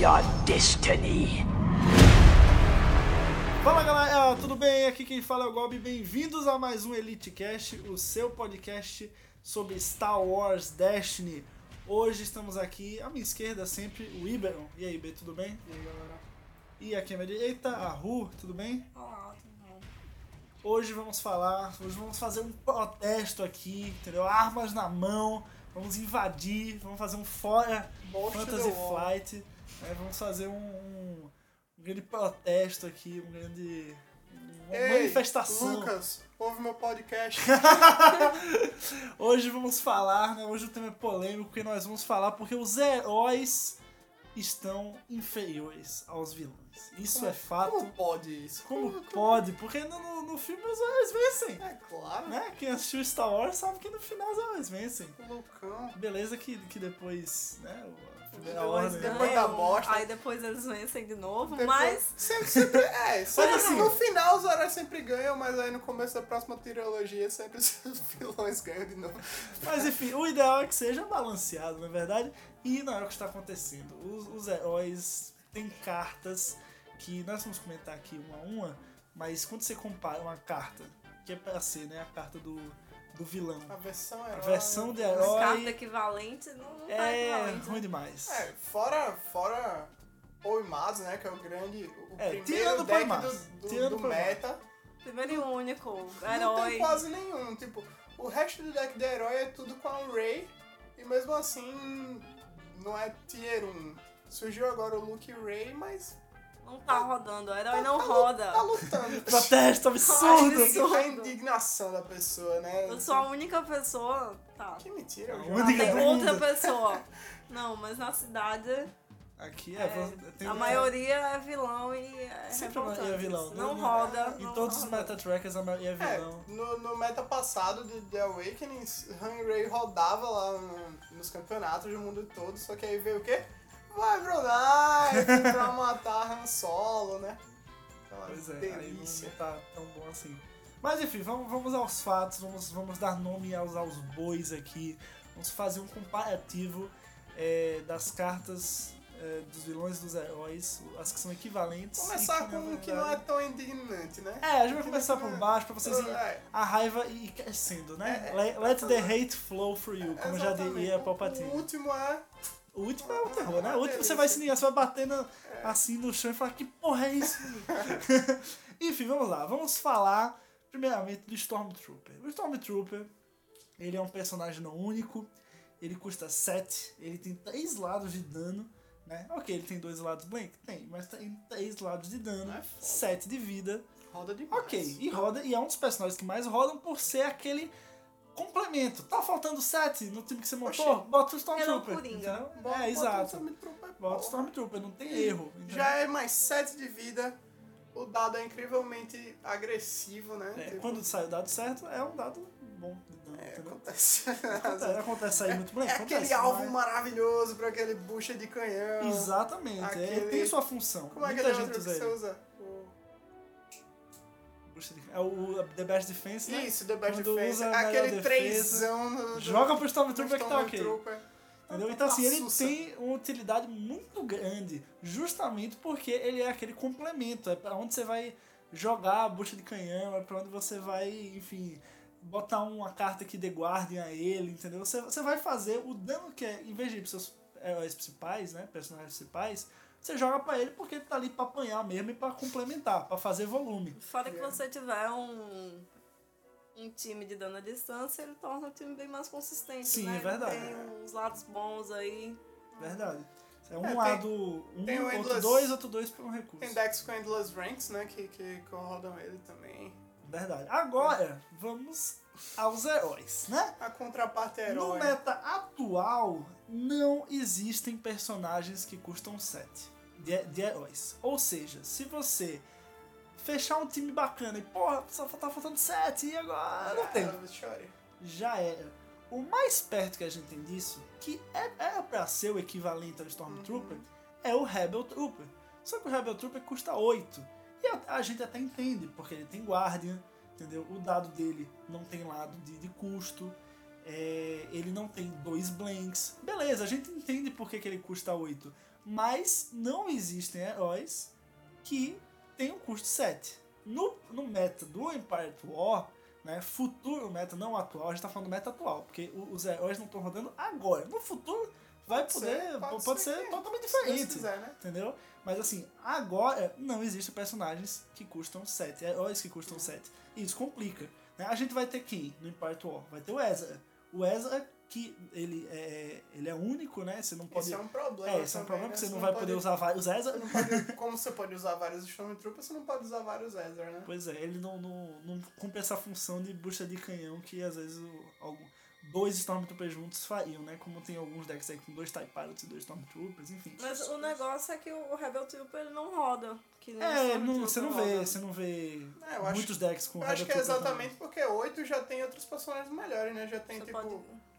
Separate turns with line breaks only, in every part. your destiny.
Fala galera, tudo bem? Aqui quem fala é o Gob. Bem-vindos a mais um Elite Cast, o seu podcast sobre Star Wars Destiny. Hoje estamos aqui, à minha esquerda sempre, o Iberon. E aí, B, tudo bem?
E aí, galera?
E aqui à minha direita, a Ru, tudo bem?
Olá, tudo bom?
Hoje vamos falar, hoje vamos fazer um protesto aqui, entendeu? Armas na mão, vamos invadir, vamos fazer um fora
Most
Fantasy
the Wall.
Flight. né? Vamos fazer um, um- um grande protesto aqui, um grande. Uma
Ei,
manifestação.
Lucas, ouve meu podcast.
Hoje vamos falar, né? Hoje o tema é polêmico porque nós vamos falar porque os heróis estão inferiores aos vilões. Isso é fato.
Como pode isso?
Como, pode? Porque no, no- no filme os heróis vencem.
É claro, né?
Né? Quem assistiu Star Wars sabe que no final os heróis vencem.
Loucão.
Beleza que, que depois, né? A primeira
Depois-
ordem. né?
depois- da bosta.
Aí depois eles vencem de novo,
Depois-
mas
Sempre, sempre, é, só
Mas
que
assim-
no final os heróis sempre ganham, mas aí no começo da próxima trilogia sempre os vilões ganham de novo.
Mas enfim, o ideal é que seja balanceado, na verdade. E não é o que está acontecendo. Os, os heróis têm cartas que nós vamos comentar aqui uma a uma, mas quando você compara uma carta, que é pra ser né, a carta do, do vilão,
Tá
A versão herói...
versão de herói.
as cartas equivalentes não, não tá
é
equivalente.
ruim demais.
É, fora, fora o Imaz, né, que é o grande... O
É,
primeiro
tirando o
deck
Imaz,
do, do,
tirando
do
o Imaz.
meta.
Primeiro e único
Não
herói.
tem quase nenhum. Tipo, o resto do deck de herói é tudo com a Ray. E mesmo assim, não é tier 1. Surgiu agora o Luke Ray, mas.
Não tá rodando, o herói não
tá, lu-
roda.
Tá lutando. Tipo,
Protesto absurdo!
Absurdo.
a indignação da pessoa, né?
Eu sou a única pessoa. Tá.
Que mentira,
A
eu
Não,
única
tem
do
outra
mundo.
pessoa. Não, mas na cidade
Aqui
é,
é, você- tem-
a maioria é vilão e é
Sempre a maioria é
revoltante.
vilão.
Não,
Não-
né?
roda.
Em
não
todos os
roda.
meta-trackers a maioria é
É,
vilão.
no, no meta passado de The Awakening, Han Ray rodava lá no- nos campeonatos do mundo todo, só que aí veio o quê? Vai pro Knife pra matar Han Solo, né? Aquela
Pois é, aí não-
delícia.
não tá tão bom assim. Mas enfim, vamos, vamos aos fatos, vamos, vamos dar nome aos, aos bois aqui, vamos fazer um comparativo é, das cartas é, dos vilões e dos heróis, as que são equivalentes. e
Começar
na
com o que
né, verdade-
não é tão indignante, né?
É, a gente vai começar por baixo pra vocês irem
É,
a raiva e ir crescendo, né?
É, é,
let, let the hate flow through you, como já
exatamente.
diria
O-
Palpatine.
O último é.
O último é o terror, né? O último você
Delícia.
vai se ligar, você vai bater na- assim no chão e falar, que porra é isso? Enfim, vamos lá. Vamos falar primeiramente do Stormtrooper. O Stormtrooper, ele é um personagem não único, ele custa 7, ele tem 3 lados de dano, né? Ok, ele tem dois lados blank? Tem, mas tem 3 lados de dano,
É foda.
7 de vida.
Roda de
Ok, e roda, e é um dos personagens que mais rodam por ser aquele complemento. Tá faltando 7 no time que você montou?
Oxi.
Bota o
Ele é o
Stormtrooper.
Coringa.
entendeu? é,
um
exato. Bota um o Stormtrooper, não tem erro. entendeu?
Já é mais 7 de vida. O dado é incrivelmente agressivo, né?
É,
Tipo,
quando sai o dado certo, é um dado bom. Não,
é,
entendeu?
acontece.
Acontece, acontece aí muito bem.
É aquele
acontece,
alvo
mas-
maravilhoso pra aquele bucha de canhão.
Exatamente, é, ele
Aquele-
tem sua função.
Como é que
Muita
ele
gente
outro que
usa
você
ele.
usa? O-
Puxa, É o o The Best Defense, né?
Isso, The Best
Quando
Defense.
usa a melhor
Aquele
defesa,
3 no.
Joga pro
no
Stormtrooper que tá ok.
Stormtrooper.
Entendeu?
Tá-
Então,
tá
assim, ele
sussa.
tem uma utilidade muito grande, justamente porque ele é aquele complemento, é pra onde você vai jogar a bucha de canhão, é pra onde você vai, enfim, botar uma carta que dê guardian a ele, entendeu? Você, você vai fazer o dano que é, em vez de ir pros seus heróis principais, né, personagens principais, você joga pra ele porque ele tá ali pra apanhar mesmo e pra complementar, pra fazer volume.
Fora que você tiver um, um time de dano à distância, ele torna o time bem mais consistente.
Sim,
né?
é verdade.
Ele tem uns lados bons aí.
Verdade. É
É,
um
tem-
lado
tem o
um, outro
Endless-
dois, outro dois pra um recurso.
Tem decks com Endless Ranks, né? Que, que, que rodam ele também.
Verdade. Agora, vamos aos heróis, né?
A contraparte é
No
herói.
meta atual, não existem personagens que custam 7 de, de heróis. Ou seja, se você fechar um time bacana e, porra, só tá faltando 7 e agora não tem.
Ah, chore.
Já era. O mais perto que a gente tem disso, que é- era pra ser o equivalente ao Stormtrooper, é o Rebel Trooper. Só que o Rebel Trooper custa 8. E a, a gente até entende, porque ele tem Guardian, entendeu? O dado dele não tem lado de, de custo, é, ele não tem dois blanks. Beleza, a gente entende por que, que ele custa 8. Mas não existem heróis que tenham custo 7. No, no meta do Empire at War, né, futuro meta, não atual, a gente tá falando do meta atual, porque o- os heróis não estão rodando agora. No futuro vai
Pode
poder,
ser,
pode,
pode
ser,
ser que-
totalmente
Se Deus
diferente.
quiser, né?
Entendeu? Mas assim, agora não existem personagens que custam 7, heróis que custam 7. E isso complica. né? A gente vai ter quem no Empire at War? Vai ter o Ezra. O Ezra, que ele é, ele é único, né? Você não pode.
Esse é um problema.
É, esse é um
também,
problema
né?
que você não vai poder usar vários Ezra.
Você não pode- como você pode usar vários Stormtroopers, você não pode usar vários Ezra, né?
Pois é, ele não, não, não cumpre essa função de bucha de canhão que às vezes o, algum, dois Stormtroopers juntos fariam, né? Como tem alguns decks aí com dois TIE Pilots e dois Stormtroopers, enfim.
Mas o negócio é que o Rebel Trooper não roda. Que nem o
É,
Stormtrooper
não, você não vê,
roda.
você não vê
É, eu acho-
muitos decks com
Eu acho
Rebel
que é
Trooper também.
exatamente porque 8 já tem outros personagens melhores, né? Já tem,
Você
tipo,
pode...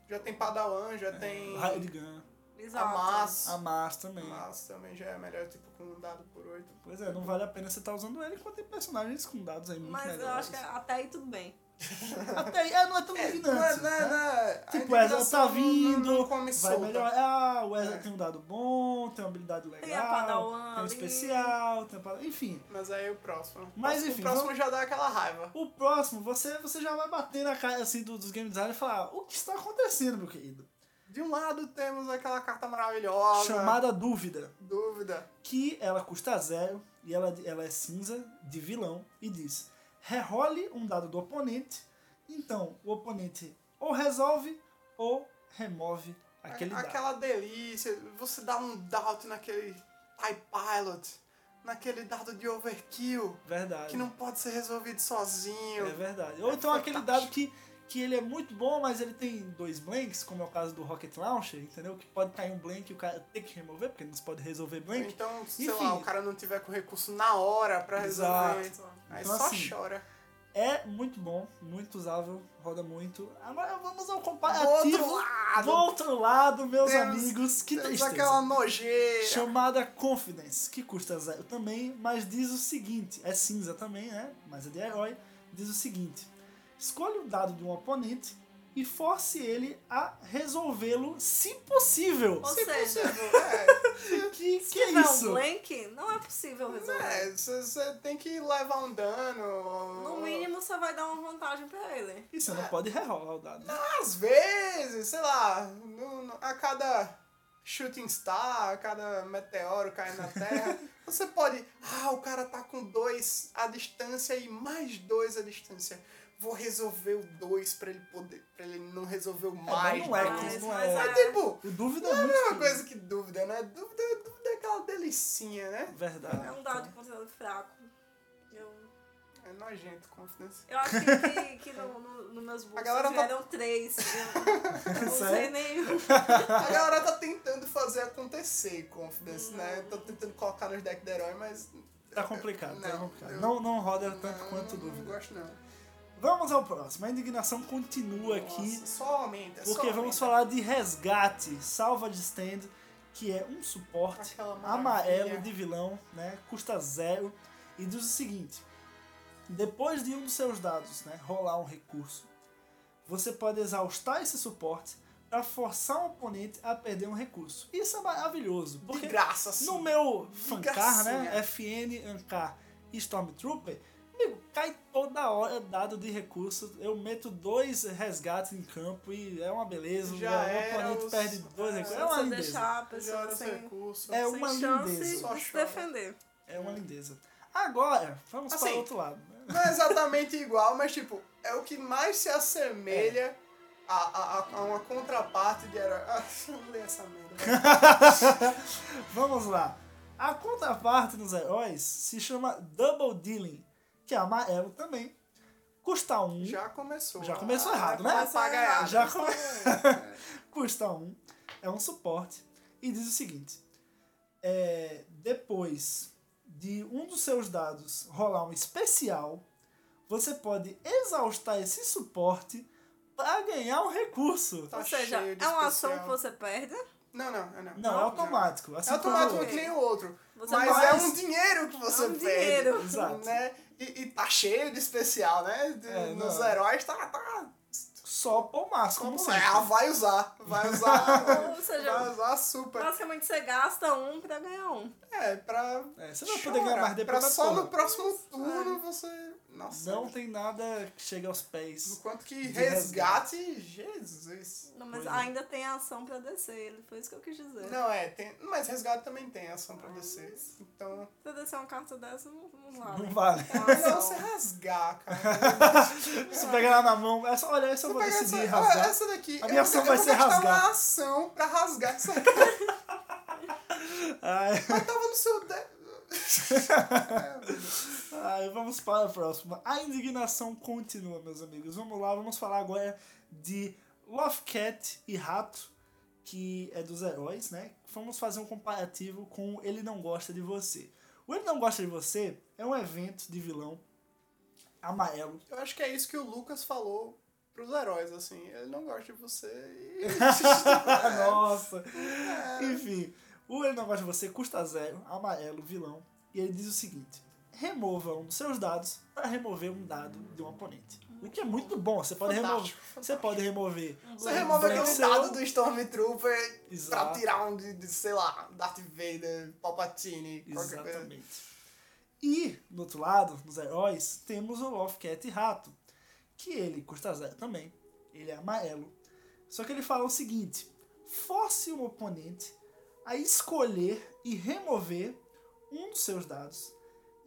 já tem Padawan,
É,
já tem
Railgun,
a
Exato.
Massa.
a Mars também.
Mas também já é melhor, tipo, com um dado por 8.
Pois é, não vale a pena você estar usando ele enquanto tem personagens com dados aí muito
Mas eu
melhores.
acho que até aí tudo bem.
Até aí, é, não é tão
É,
indignante.
não é- não é-
né?
não é- a
Tipo, o Ezra
indignação
tá
não- não-
vindo,
não come
vai
solta.
melhorar, o Ezra
É.
tem um dado bom, tem uma habilidade legal,
a Padawan
tem um
ali.
especial, tem a Padawan, enfim.
Mas aí o próximo.
Mas,
Próximo-
enfim,
o próximo
vamos-
já dá aquela raiva.
O próximo, você, você já vai bater na cara assim, do- dos game designers e falar, "Ah, o que está acontecendo, meu querido?
De um lado temos aquela carta maravilhosa.
Chamada dúvida.
Dúvida.
que ela custa zero e ela, ela é cinza de vilão e diz: rerole um dado do oponente, então o oponente ou resolve ou remove aquele
A-
dado.
aquela delícia. Você dá um doubt naquele TIE Pilot. Naquele dado de overkill.
Verdade.
Que não pode ser resolvido
É
sozinho.
verdade. Ou
É
então aquele dado
fantástico.
que, que ele é muito bom, mas ele tem dois blanks, como é o caso do Rocket Launcher, entendeu? Que pode cair um blank e o cara tem que remover, porque não se pode resolver
Ou
blank.
Então, sei
Enfim.
lá, o cara não tiver com recurso na hora pra
Exato.
resolver. Aí
Então,
só
assim,
chora.
É muito bom, muito usável, roda muito. Agora vamos ao
Do
comparativo.
outro lado,
Do outro lado, meus
Temos-
amigos, que
temos
tristeza.
aquela nojeira.
Chamada Confidence, que custa zero também, mas diz o seguinte: é cinza também, né? Mas é de herói. Diz o seguinte: escolha o dado de um oponente e force ele a resolvê-lo, se possível.
Ou
Se
seja,
possível, é.
assim, Que, que
se
é
tiver um
isso?
né?
blank, não é possível resolver.
É, você tem que levar um dano. ou-
No mínimo, você vai dar uma vantagem pra ele.
E você não pode rerolar o dado.
Às vezes, sei lá, no- no- a cada shooting star, a cada meteoro caindo na Terra, você pode. Ah, o cara tá com dois à distância e mais dois à distância. Vou resolver o dois pra ele poder. pra ele não resolver o
mas
mais.
não é
dois.
que-
Mas,
não
mas
é.
Mas, tipo,
O dúvida é
não é a
muito.
mesma coisa que dúvida, né? Dúvida, dúvida é aquela delicinha, né?
Verdade.
é um dado
Então.
de conteúdo fraco. Eu,
É nojento, confidência.
eu acho que, que, que no, no, no meus
A
books
galera tá-
tiveram três. Eu, eu não usei
Sério?
nenhum.
A galera tá tentando fazer acontecer Confidence, né? Tá
Uhum.
tentando colocar nos decks de herói, mas.
Tá complicado, tá
Não,
complicado.
eu-
Não, não roda tanto
não,
quanto
não
dúvida.
gosto, não.
Vamos ao próximo. A indignação continua aqui.
Nossa, só aumenta. só
Porque vamos
aumenta.
falar de resgate, salva de stand, que é um suporte
Aquela maravilha.
amarelo de vilão, né? Custa zero. E diz o seguinte: depois de um dos seus dados, né, rolar um recurso, você pode exaustar esse suporte para forçar o oponente a perder um recurso. Isso é maravilhoso,
De
porque
graça, assim.
no meu fancar, né?
gracinha.
FN, Ancar e Stormtrooper, amigo, cai toda hora dado de recurso. Eu meto dois resgates em campo e é uma beleza.
Já
o
era
oponente
os-
perde dois
é,
recursos. É uma
Você
lindeza.
deixar a
Já era
pessoa
esse
sem,
recurso.
É
sem
uma
chance
lindeza.
Só
de se
chora.
defender.
É uma lindeza. Agora, vamos para
Hum. Assim,
o outro lado. né?
Não é exatamente igual, mas tipo, é o que mais se assemelha a, a, a- a uma contraparte de herói. Ah, eu não leio essa merda.
Vamos lá. A contraparte nos heróis se chama Double Dealing, que é amarelo também. Custa um.
Já começou.
Já começou errado, né?
Paga errado.
Já come- Custa um, é um suporte. E diz o seguinte: é, depois de um dos seus dados rolar um especial, você pode exaustar esse suporte para ganhar um recurso.
Tá
Ou seja,
cheio de
é uma ação
especial.
que você perde.
Não, não, é não.
Não, é automático.
É
Assim
automático
como-
que nem o outro.
Você
Mas
pode-
é um dinheiro que você
É um
perde.
dinheiro.
Exato.
Né? E, e tá cheio de especial, né? De-
É,
nos
não.
heróis tá, tá
só Paul Max, como
Vamos lá,
sempre.
ela vai usar. Vai usar.
Ou
vai
seja,
usar super.
basicamente você gasta um pra ganhar um.
É, pra.
É, você não vai poder ganhar mais
pra
depois da
só
porra.
no próximo
é.
turno você. Nossa.
Não tem nada que chegue aos pés.
Do quanto que
De resgate.
resgate, Jesus.
Não, mas
Pois é.
ainda tem a ação pra descer ele, foi isso que eu quis dizer.
Não, é, tem, mas resgate também tem ação pra
Ah,
descer. Então. é
Se eu descer uma carta dessa, não, não vale. É
Não vale.
Uma
Melhor
ação.
você rasgar, cara.
Você pega ela na mão, essa, olha, essa eu
Você
vou
pega
decidir
essa,
rasgar.
olha, essa daqui.
A
eu
minha
vou-
ação
eu
vai
vou
ser
gastar
rasgar.
uma ação pra rasgar essa
Ai,
Mas tava no seu. de-
ai, vamos para a próxima. A indignação continua, meus amigos. Vamos lá, vamos falar agora de Love Cat e Rato, que é dos heróis, né? Vamos fazer um comparativo com Ele Não Gosta de Você. O Ele Não Gosta de Você é um evento de vilão amarelo.
Eu acho que é isso que o Lucas falou pros heróis, assim. Ele não gosta de você. E...
Nossa!
É.
Enfim, o Ele Não Gosta de Você custa zero, amarelo, vilão. E ele diz o seguinte: remova um dos seus dados para remover um dado de um oponente. O que é muito bom, você pode remover.
Fantástico,
Você pode remover. um
Você remove
branco
aquele
seu.
dado do Stormtrooper pra
Exato.
tirar um de, de, sei lá, Darth Vader, Palpatine, qualquer coisa.
Exatamente. É, E, do outro lado, nos heróis, temos o Love Cat e Rato, que ele custa zero também. Ele é amarelo. Só que ele fala o seguinte: force um oponente a escolher e remover um dos seus dados.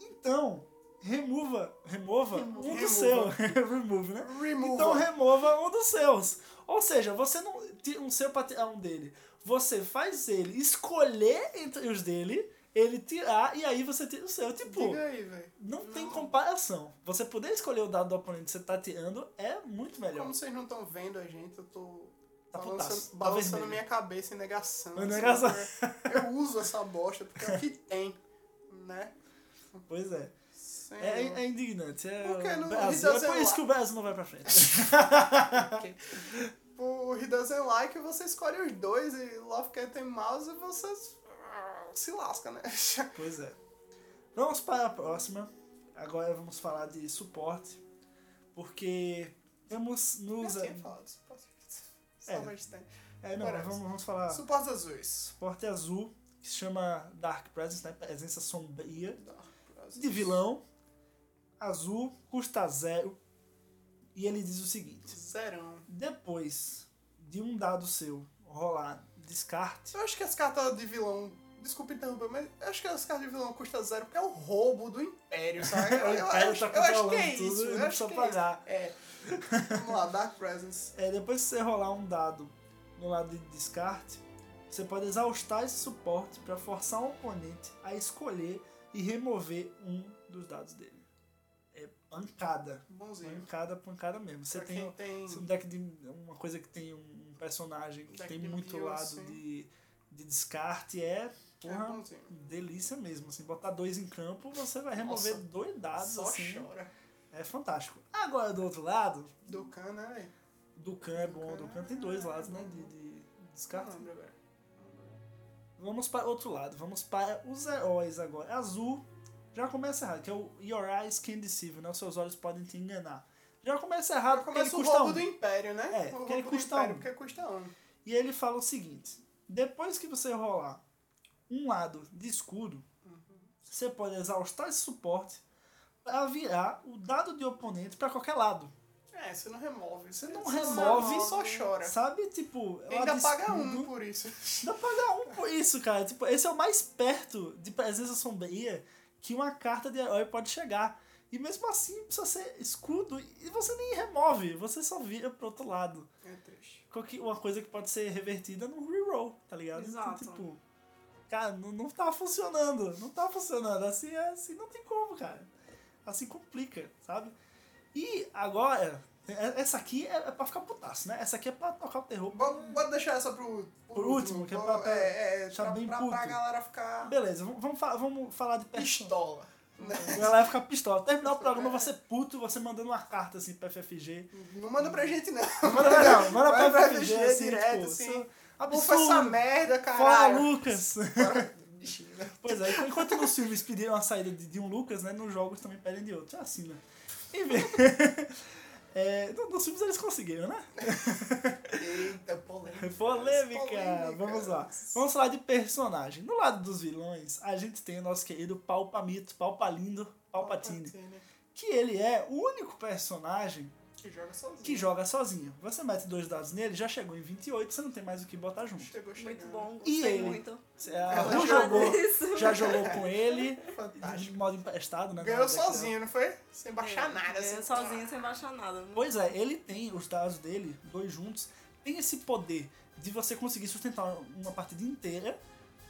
Então, remova, remova um do
Remova.
seu. Remove, né?
Remove.
Então remova um dos seus. Ou seja, você não tira um seu pra tirar um dele. Você faz ele escolher entre os dele, ele tirar e aí você tira o seu. Tipo,
Diga aí, velho.
não, tem comparação. Você poder escolher o dado do oponente que você tá tirando é muito melhor.
Como vocês não estão vendo a gente, eu tô
Tá putaço,
balançando,
tá
balançando
vermelho.
minha cabeça em negação.
Em
assim,
negação.
porque Eu uso essa bosta porque é o que tem, né?
Pois é.
Sem-
É, é indignante. É,
Por que não
o Brasil. é
resolve
por isso
lá?
que o Brasil não vai pra frente.
Por Tipo, He Doesn't Like, você escolhe os dois e Love Cat and Mouse e você se lasca, né?
pois é. Vamos para a próxima. Agora vamos falar de suporte. Porque temos
Eu
nos.
tinha falado de suportes.
É.
Somente tem.
É, não,
Whatever.
vamos, vamos falar.
Suportes azuis.
suporte azul, que se chama Dark Presence, né? Presença sombria.
Dark
De vilão. Azul, custa zero. E ele diz o seguinte:
Zerão.
depois de um dado seu rolar, descarte.
Eu acho que as cartas de vilão. Desculpa interromper, mas eu acho que as cartas de vilão custam zero porque é o roubo do Império, sabe?
É,
Eu, eu
Aí
acho, eu acho que é
tá controlando
isso.
e
Eu
não precisa
acho que é isso.
pagar.
É. Vamos lá, Dark Presence.
É, depois que você rolar um dado no lado de descarte, você pode exaustar esse suporte para forçar o oponente a escolher e remover um dos dados dele. É pancada.
Bonzinho.
Pancada, pancada mesmo. Você
pra
tem
quem tem.
Esse deck de uma coisa que tem um personagem que
Deck
tem
de
muito
heal,
lado
assim.
de, de descarte é,
É
porra,
bonzinho.
delícia mesmo. Assim, botar dois em campo, você vai remover
Nossa.
dois dados,
Só
assim.
chora.
É fantástico. Agora, do outro lado,
Do Khan, né, velho?
Ducan é bom.
Dukan
Ducan tem dois lados, né, de, de
Não
descarte.
lembro agora.
Vamos para outro lado. Vamos para os heróis agora. É Azul já começa errado, que é o Your Eyes Can Deceive, né? Os seus olhos podem te enganar. Já começa errado, porque ele
Começa o
custa
roubo
um.
do Império, né?
É,
o
porque
roubo
ele
do
custa
Império,
um.
porque custa um.
E ele fala o seguinte: depois que você rolar um lado de escudo, você pode exaustar esse suporte para virar o dado de oponente para qualquer lado.
É, você não remove. Você
não
você
remove,
só chora.
Sabe, tipo, lado
Ainda
de
paga
escudo,
um por isso.
Ainda paga um por isso, cara. Tipo, esse é o mais perto de presença sombria que uma carta de herói pode chegar. E mesmo assim, precisa ser escudo e você nem remove, você só vira pro outro lado.
É triste.
qualquer- uma coisa que pode ser revertida num reroll, tá ligado? Então,
Exato.
tipo, cara, não, não tá funcionando. Não tá funcionando. Assim, é- assim não tem como, cara. Assim complica, sabe? E agora, e- essa aqui é é pra ficar putaço, né? Essa aqui é pra tocar o terror.
Bo- Bora deixar essa pro, pro
Por último, que é pra- pra-
é, é,
deixar
pra,
bem
pra,
puto.
pra galera ficar
Beleza, vamos, vamos, falar, vamos falar de personagem.
pistola. né?
A galera fica pistola. Terminar o programa, você puto, você mandando uma carta assim pra FFG.
Não manda pra gente, não.
Manda, não, manda
Vai
pra FFG, assim,
direto,
tipo,
assim.
isso-
Bufa essa
Absurdo.
merda,
Fala,
caralho.
Lucas.
Ixi, né?
Pois é, enquanto nos filmes É pediram a saída de, de um Lucas, né? Nos jogos também pedem de outro. É assim, né? Enfim. É, no- nos filmes eles conseguiram, né?
Eita, polêmica.
Polêmica. Vamos lá. Vamos falar de personagem. No lado dos vilões, a gente tem o nosso querido Palpamito, Palpalindo, Palpatine. Que ele é o único personagem
Que joga sozinho.
que joga sozinho. Você mete dois dados nele, já chegou em 28, você não tem mais o que botar junto.
Chegou chegando.
Muito bom,
E
gostei
ele?
muito. é
A
Ela
Ru
já
jogou,
Isso.
já jogou com ele, de
Fantástico.
modo emprestado, né?
Ganhou
Na verdade,
sozinho, não foi? Sem baixar
É,
nada.
ganhou
assim.
sozinho, sem baixar nada.
Pois é, ele tem os dados dele, dois juntos, tem esse poder de você conseguir sustentar uma partida inteira,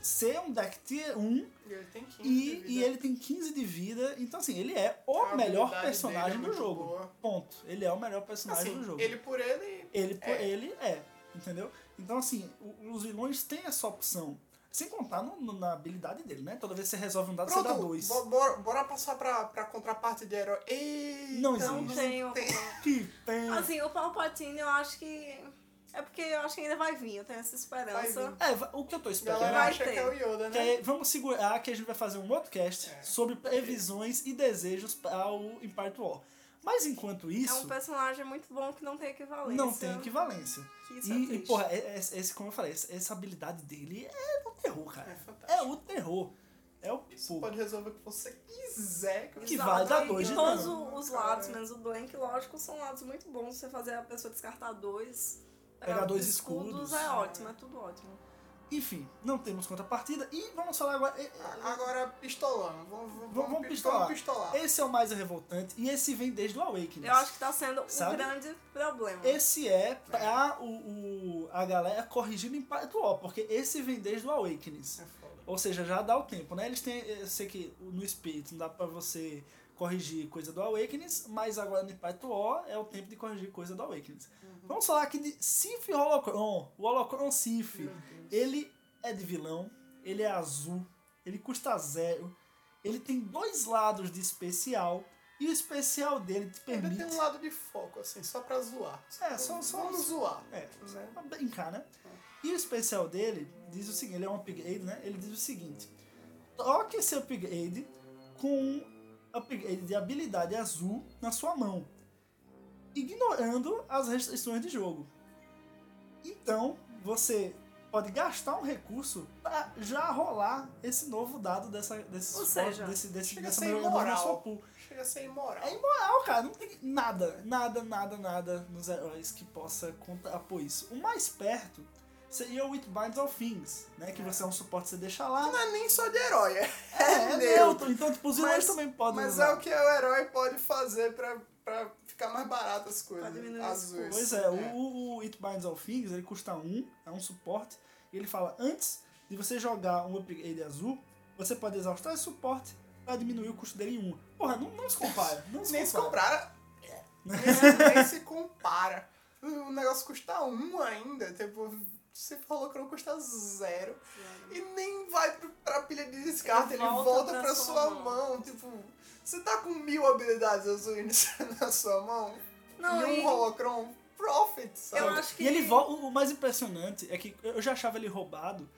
ser um deck tier 1
E ele tem 15 de
e,
vida.
e ele tem 15 de vida. Então, assim, ele é
A
o
habilidade
melhor
dele é
personagem do
muito
jogo.
boa.
Ponto. Ele é o melhor personagem
Assim,
do jogo.
ele por ele...
Ele, por
É.
ele é, entendeu? Então, assim, o- os vilões têm essa opção. Sem contar no- no- na habilidade dele, né? Toda vez que você resolve um dado, você dá
Pronto,
dois.
bo- bora, bora passar pra, pra contraparte de herói. Eita,
Não
Não
existe.
tem o-
Que tem.
Assim, o Palpatine eu acho que. É porque eu acho que ainda vai vir, eu tenho essa
Vai
esperança.
vir.
É, va- o que eu tô esperando.
Galera
Vai
acha
ter.
que é o Yoda,
Que
né?
aí, vamos segurar que a gente vai fazer um outro cast
É.
sobre previsões e desejos para o Impart War. Mas enquanto
É um
isso,
personagem muito bom que não tem equivalência.
não tem equivalência.
Que isso é
E, e,
triste.
porra, é- é- esse, como eu falei, esse- essa habilidade dele é do terror,
É
cara. É
fantástico.
o terror. É o
Você
pouco.
pode resolver o que você quiser. é Que,
Que
você
Exato,
vai dar
e
dois de
Todos
dano.
os lados,
Caralho.
menos o Blank, lógico, são lados muito bons. Você fazer a pessoa descartar dois.
Pegar dois escudos.
É ótimo, é tudo ótimo.
Enfim, não temos contrapartida. E vamos falar agora. e-
né?
A- Agora pistolando. Vamos, vamos,
Vamos- vamos
pi-
pistolar.
Vamos pistolar.
Esse é o mais revoltante. E esse vem desde o né? Awakening.
Eu acho que tá sendo
Sabe?
um grande problema.
Esse é pra o, o- a galera corrigir no Impart War, porque esse vem desde o Awakenings.
É foda.
Ou seja, já dá o tempo, né? Eles têm. Eu sei que no Spirit não dá pra você corrigir coisa do Awakenings, mas agora no Impact War é o tempo de corrigir coisa do Awakenings.
Uhum.
Vamos falar aqui de Sif Holocron. O Holocron Sif.
Meu Deus.
Ele é de vilão, ele é azul, ele custa zero, ele tem dois lados de especial, e o especial dele te
Ainda
permite.
tem um lado de foco, assim, só pra zoar.
É, só- só-
Vamos zoar.
É,
Né?
pra brincar, né? E o especial dele diz o seguinte, ele é um upgrade, né? Ele diz o seguinte: troque esse upgrade com um upgrade de habilidade azul na sua mão, ignorando as restrições de jogo. Então, você pode gastar um recurso para já rolar esse novo dado dessa desse
Ou
suporte,
seja,
desse, desse
chega a
dessa
ser
melhoria na
imoral.
sua pool.
Chega a ser imoral.
É imoral, cara. Não tem nada, nada, nada, nada nos heróis que possa contrapor isso. O mais perto seria o It Binds All Things, né? Que você é um suporte, você deixa lá.
Não é nem só de herói, é,
É, é neutro. Então, tipo, os vilões
Mas-
também podem
Mas
usar.
é o que o herói pode fazer pra, pra ficar mais barato as coisas.
Pra diminuir os
azuis.
Pois é, O, o It Binds All Things, ele custa um, é um suporte. E ele fala, antes de você jogar um upgrade azul, você pode exaustar esse suporte pra diminuir o custo dele em um. Porra, não, não se compara. Não se
Nem se
compara. É.
compara. Nem se- nem se compara. O negócio custa um ainda. Tipo, você falou que não custa zero. E nem vai pro- pra pilha de descarta, ele,
Ele volta
volta
pra
pra
sua
sua mão. Tipo, você tá com mil habilidades azuis na sua mão.
Não,
e um
e-
holocron profit, sabe?
Eu acho que.
Tá E ele volta. O o mais impressionante é que eu já achava ele roubado.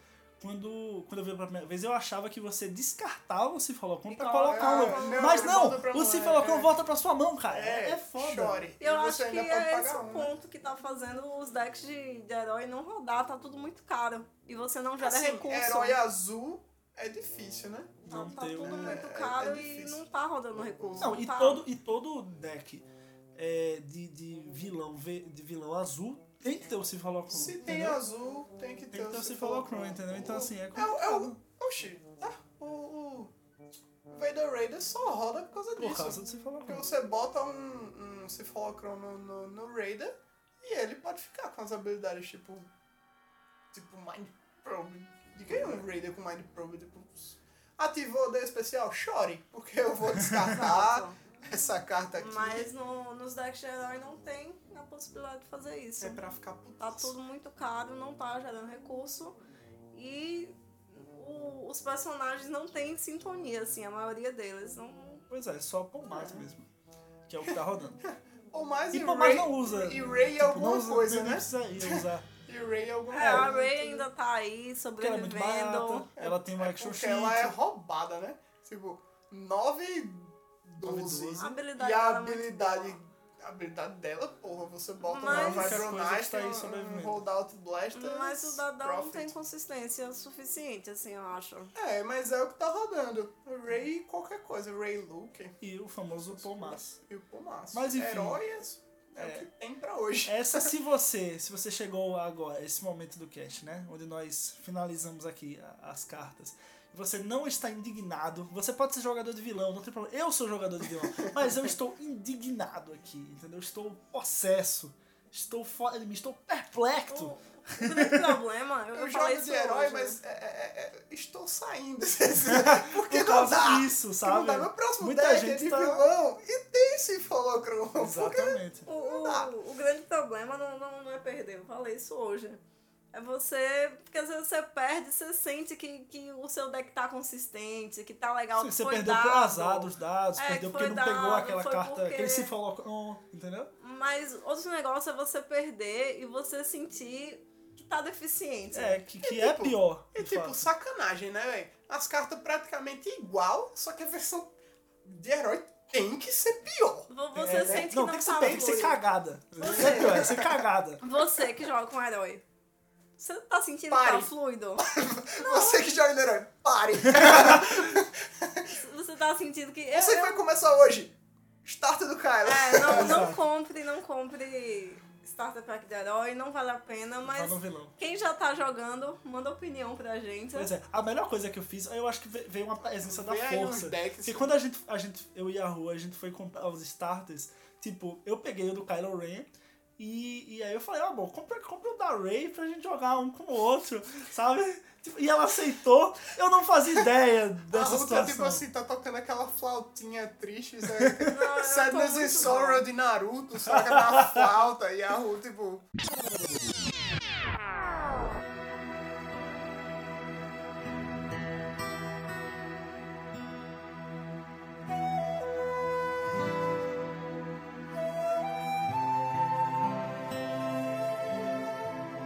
Quando, quando eu vi pela primeira vez, eu achava que você descartava o Cifalocon
E
pra
coloca-
colocar
Ah,
um.
é
não,
Mas
ele
não!
volta pra
O
mão,
Cifalocon
é.
volta pra sua mão, cara. É,
É,
foda.
Chore.
Eu
e
acho
você
que
ainda pode
é esse
pagar
o
um, né?
ponto que tá fazendo os decks de, de herói não rodar, tá tudo muito caro. E você não gera
Assim,
recurso. né?
Herói azul é difícil, né?
Não,
Não
tá
tem
tudo
um-
muito
é-
caro
é
e
difícil.
não tá rodando recurso.
Não, e
tá.
todo, e todo deck é, de, de vilão ve- de vilão azul tem que ter o Cifalocon.
Se tem azul, tem que ter
Uhum. Tem que ter o
se
Cifalocron,
for-
entendeu? Então assim, é
É o. É
complicado.
o oxi, tá? O. o Vader Raider só roda por causa
Por
disso.
causa do
Porque
Cifalocron.
você bota um, um Cifalocron no, no, no Raider e ele pode ficar com as habilidades tipo. Tipo Mind Probe. Diga aí um Raider com Mind Probe, tipo. Ativou o D especial, chore, porque eu vou descartar
Exato.
essa carta aqui.
Mas no- nos decks de herói não tem a possibilidade de fazer isso.
É pra ficar putaço.
Tá tudo muito caro, não tá gerando recurso. E o- os personagens não têm sintonia, assim, a maioria deles. Não...
Pois é, só Pomate mesmo. Que é o que tá rodando.
Ou mais
E
e
Pomate
Ray,
não usa.
E Ray é
Tipo,
alguma
não usa-
coisa,
nem
né?
precisaria usar.
E Ray é alguma
É, a
coisa.
Ray ainda tá aí
Porque ela é muito barata,
sobrevivendo.
ela tem uma action
Porque
sheet.
ela é roubada, né? Tipo, 9 e 12.
Nove e doze.
A habilidade
e a
dela é muito
habilidade
boa.
a habilidade dela, porra. Você bota
Mas-
lá um
Mas-
coisa que tá
Micronaster,
aí
um
sobrevivendo.
Holdout Blaster.
Mas o Dadal não
Prophet.
tem consistência suficiente, assim, eu acho.
É, mas é o que tá rodando. Ray qualquer coisa. Ray Luke
E o famoso Pomas.
e o Pumaço.
Mas enfim.
Heróis é,
É.
o que tem pra
É,
hoje.
Essa se você, se você chegou agora, esse momento do cast, né? Onde nós finalizamos aqui a- as cartas. Você não está indignado. Você pode ser jogador de vilão, não tem problema. Eu sou jogador de vilão, mas eu estou indignado aqui, entendeu? Estou possesso. Estou fora de mim, estou
O,
perplexo.
o grande problema, eu,
Eu,
eu falei
jogo
isso
de herói,
hoje. né?
mas é, é, é, estou saindo. Porque
Por
não
causa
dá.
disso,
Porque Não
sabe?
dá. Meu próximo
Muita
deck é
gente
de
tá-
vilão e tem esse Folocron. Porque
Exatamente.
O, o, o grande problema não, não, não é perder, eu falei isso hoje. É você. Porque às vezes você perde, você sente que, que o seu deck tá consistente, que tá legal. que
Você
foi
perdeu
dado,
por azar dos dados,
É,
perdeu
que
porque
foi
não pegou
dado,
aquela
foi
carta,
porque-
aquele se falou, entendeu?
Mas outro negócio é você perder e você sentir que tá deficiente.
É, que, que é
tipo-
pior.
É
de
tipo,
fato.
sacanagem, né, velho? As cartas praticamente igual, só que a versão de herói tem que ser pior.
Vo-
É,
Você
né?
sente que
não,
não,
tem que ser,
tá
tem que ser
fluido.
cagada.
Você-
É pior, é ser cagada.
Você que joga com um herói. Você tá sentindo
Pare.
que tá fluido?
Você que joga de herói, pare!
Você tá sentindo que.
Você que vai começar hoje. Start do Kylo.
É, não, não
Exato.
compre, não compre Starter Pack de herói, não vale a pena,
Tá
mas
no vilão.
quem já tá jogando, manda opinião pra gente.
Pois é, a melhor coisa que eu fiz, eu acho que ve- veio uma presença da
Vem aí uns
força.
decks.
Porque quando a gente, a gente, eu e a rua, a gente foi comprar os starters, tipo, eu peguei o do Kylo Ren. E, e aí eu falei, ó, bom, compra, compra o da Ray pra gente jogar um com o outro, sabe? Tipo, e ela aceitou, eu não fazia ideia dessa
a Hulk,
situação.
tipo assim, tá tocando aquela flautinha triste, sabe?
Não, eu tô
Sadness and
muito
Sorrow de Naruto, só que na flauta, e a Hulk, tipo...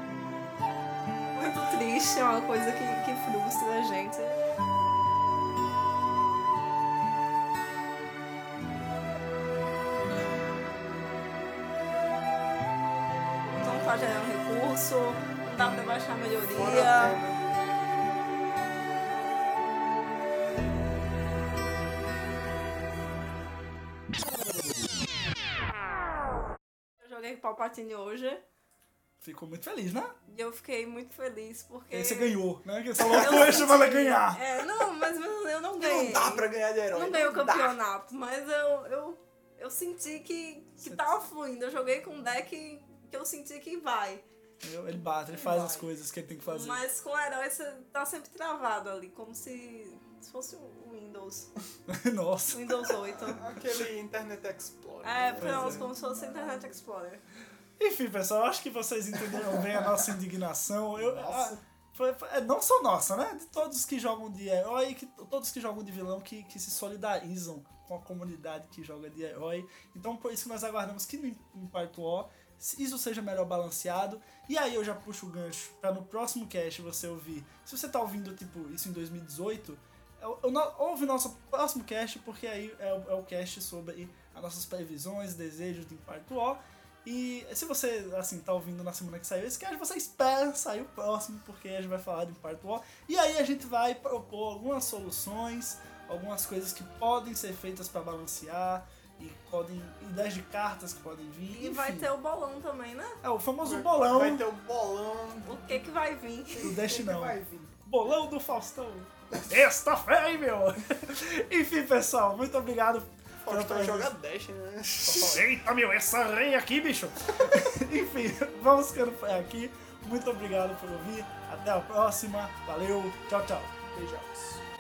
mal, Muito triste, é uma coisa que, que frustra a gente. Não tá gerando recurso, não dá pra baixar a melhoria. ah, Eu joguei com Palpatine hoje
Ficou muito feliz, né?
e eu fiquei muito feliz porque.
E aí você ganhou, né? Que essa
É. Eu
loucura
senti-
chamada ganhar.
É, não, mas mesmo eu não ganhei.
Não dá pra ganhar de herói.
Não ganhei o
dá.
campeonato, mas eu, eu, eu senti que, que tava fluindo. Eu joguei com um deck que eu senti que vai.
Entendeu? Ele bate, ele faz
Vai.
as coisas que ele tem que fazer.
Mas com o herói você tá sempre travado ali, como se, se fosse o Windows.
Nossa.
Windows 8.
Aquele Internet Explorer.
É,
Pois
pronto,
é.
como se fosse Internet Explorer.
Enfim, pessoal, acho que vocês entenderam bem a nossa indignação. Eu, a- foi- foi- é, não só nossa, né? De todos que jogam de herói, que, todos que jogam de vilão, que, que se solidarizam com a comunidade que joga de herói. Então, por isso que nós aguardamos que no Im- Impacto O se isso seja melhor balanceado. E aí eu já puxo o gancho pra no próximo cast você ouvir. Se você tá ouvindo, tipo, isso em 2018, eu, eu no- ouve É o nosso próximo cast, porque aí é, o- é o cast sobre as nossas previsões, desejos de Impacto O. E se você, assim, tá ouvindo na semana que saiu esse cast, você espera sair o próximo, porque a gente vai falar de Part 1. E aí a gente vai propor algumas soluções, algumas coisas que podem ser feitas pra balancear, e podem ideias de cartas que podem vir.
E vai ter o bolão também, né?
É o famoso bolão
Vai ter o bolão.
O que que vai vir?
do Destinão.
Vai vir.
Bolão do Faustão. Esta fé, hein, meu! Enfim, pessoal, muito obrigado
Faustão
pela
joga Dash, né?
Eita, meu, essa rei aqui, bicho! Enfim, vamos ficando por aqui. Muito obrigado por ouvir. Até a próxima. Valeu, tchau, tchau.
Beijos.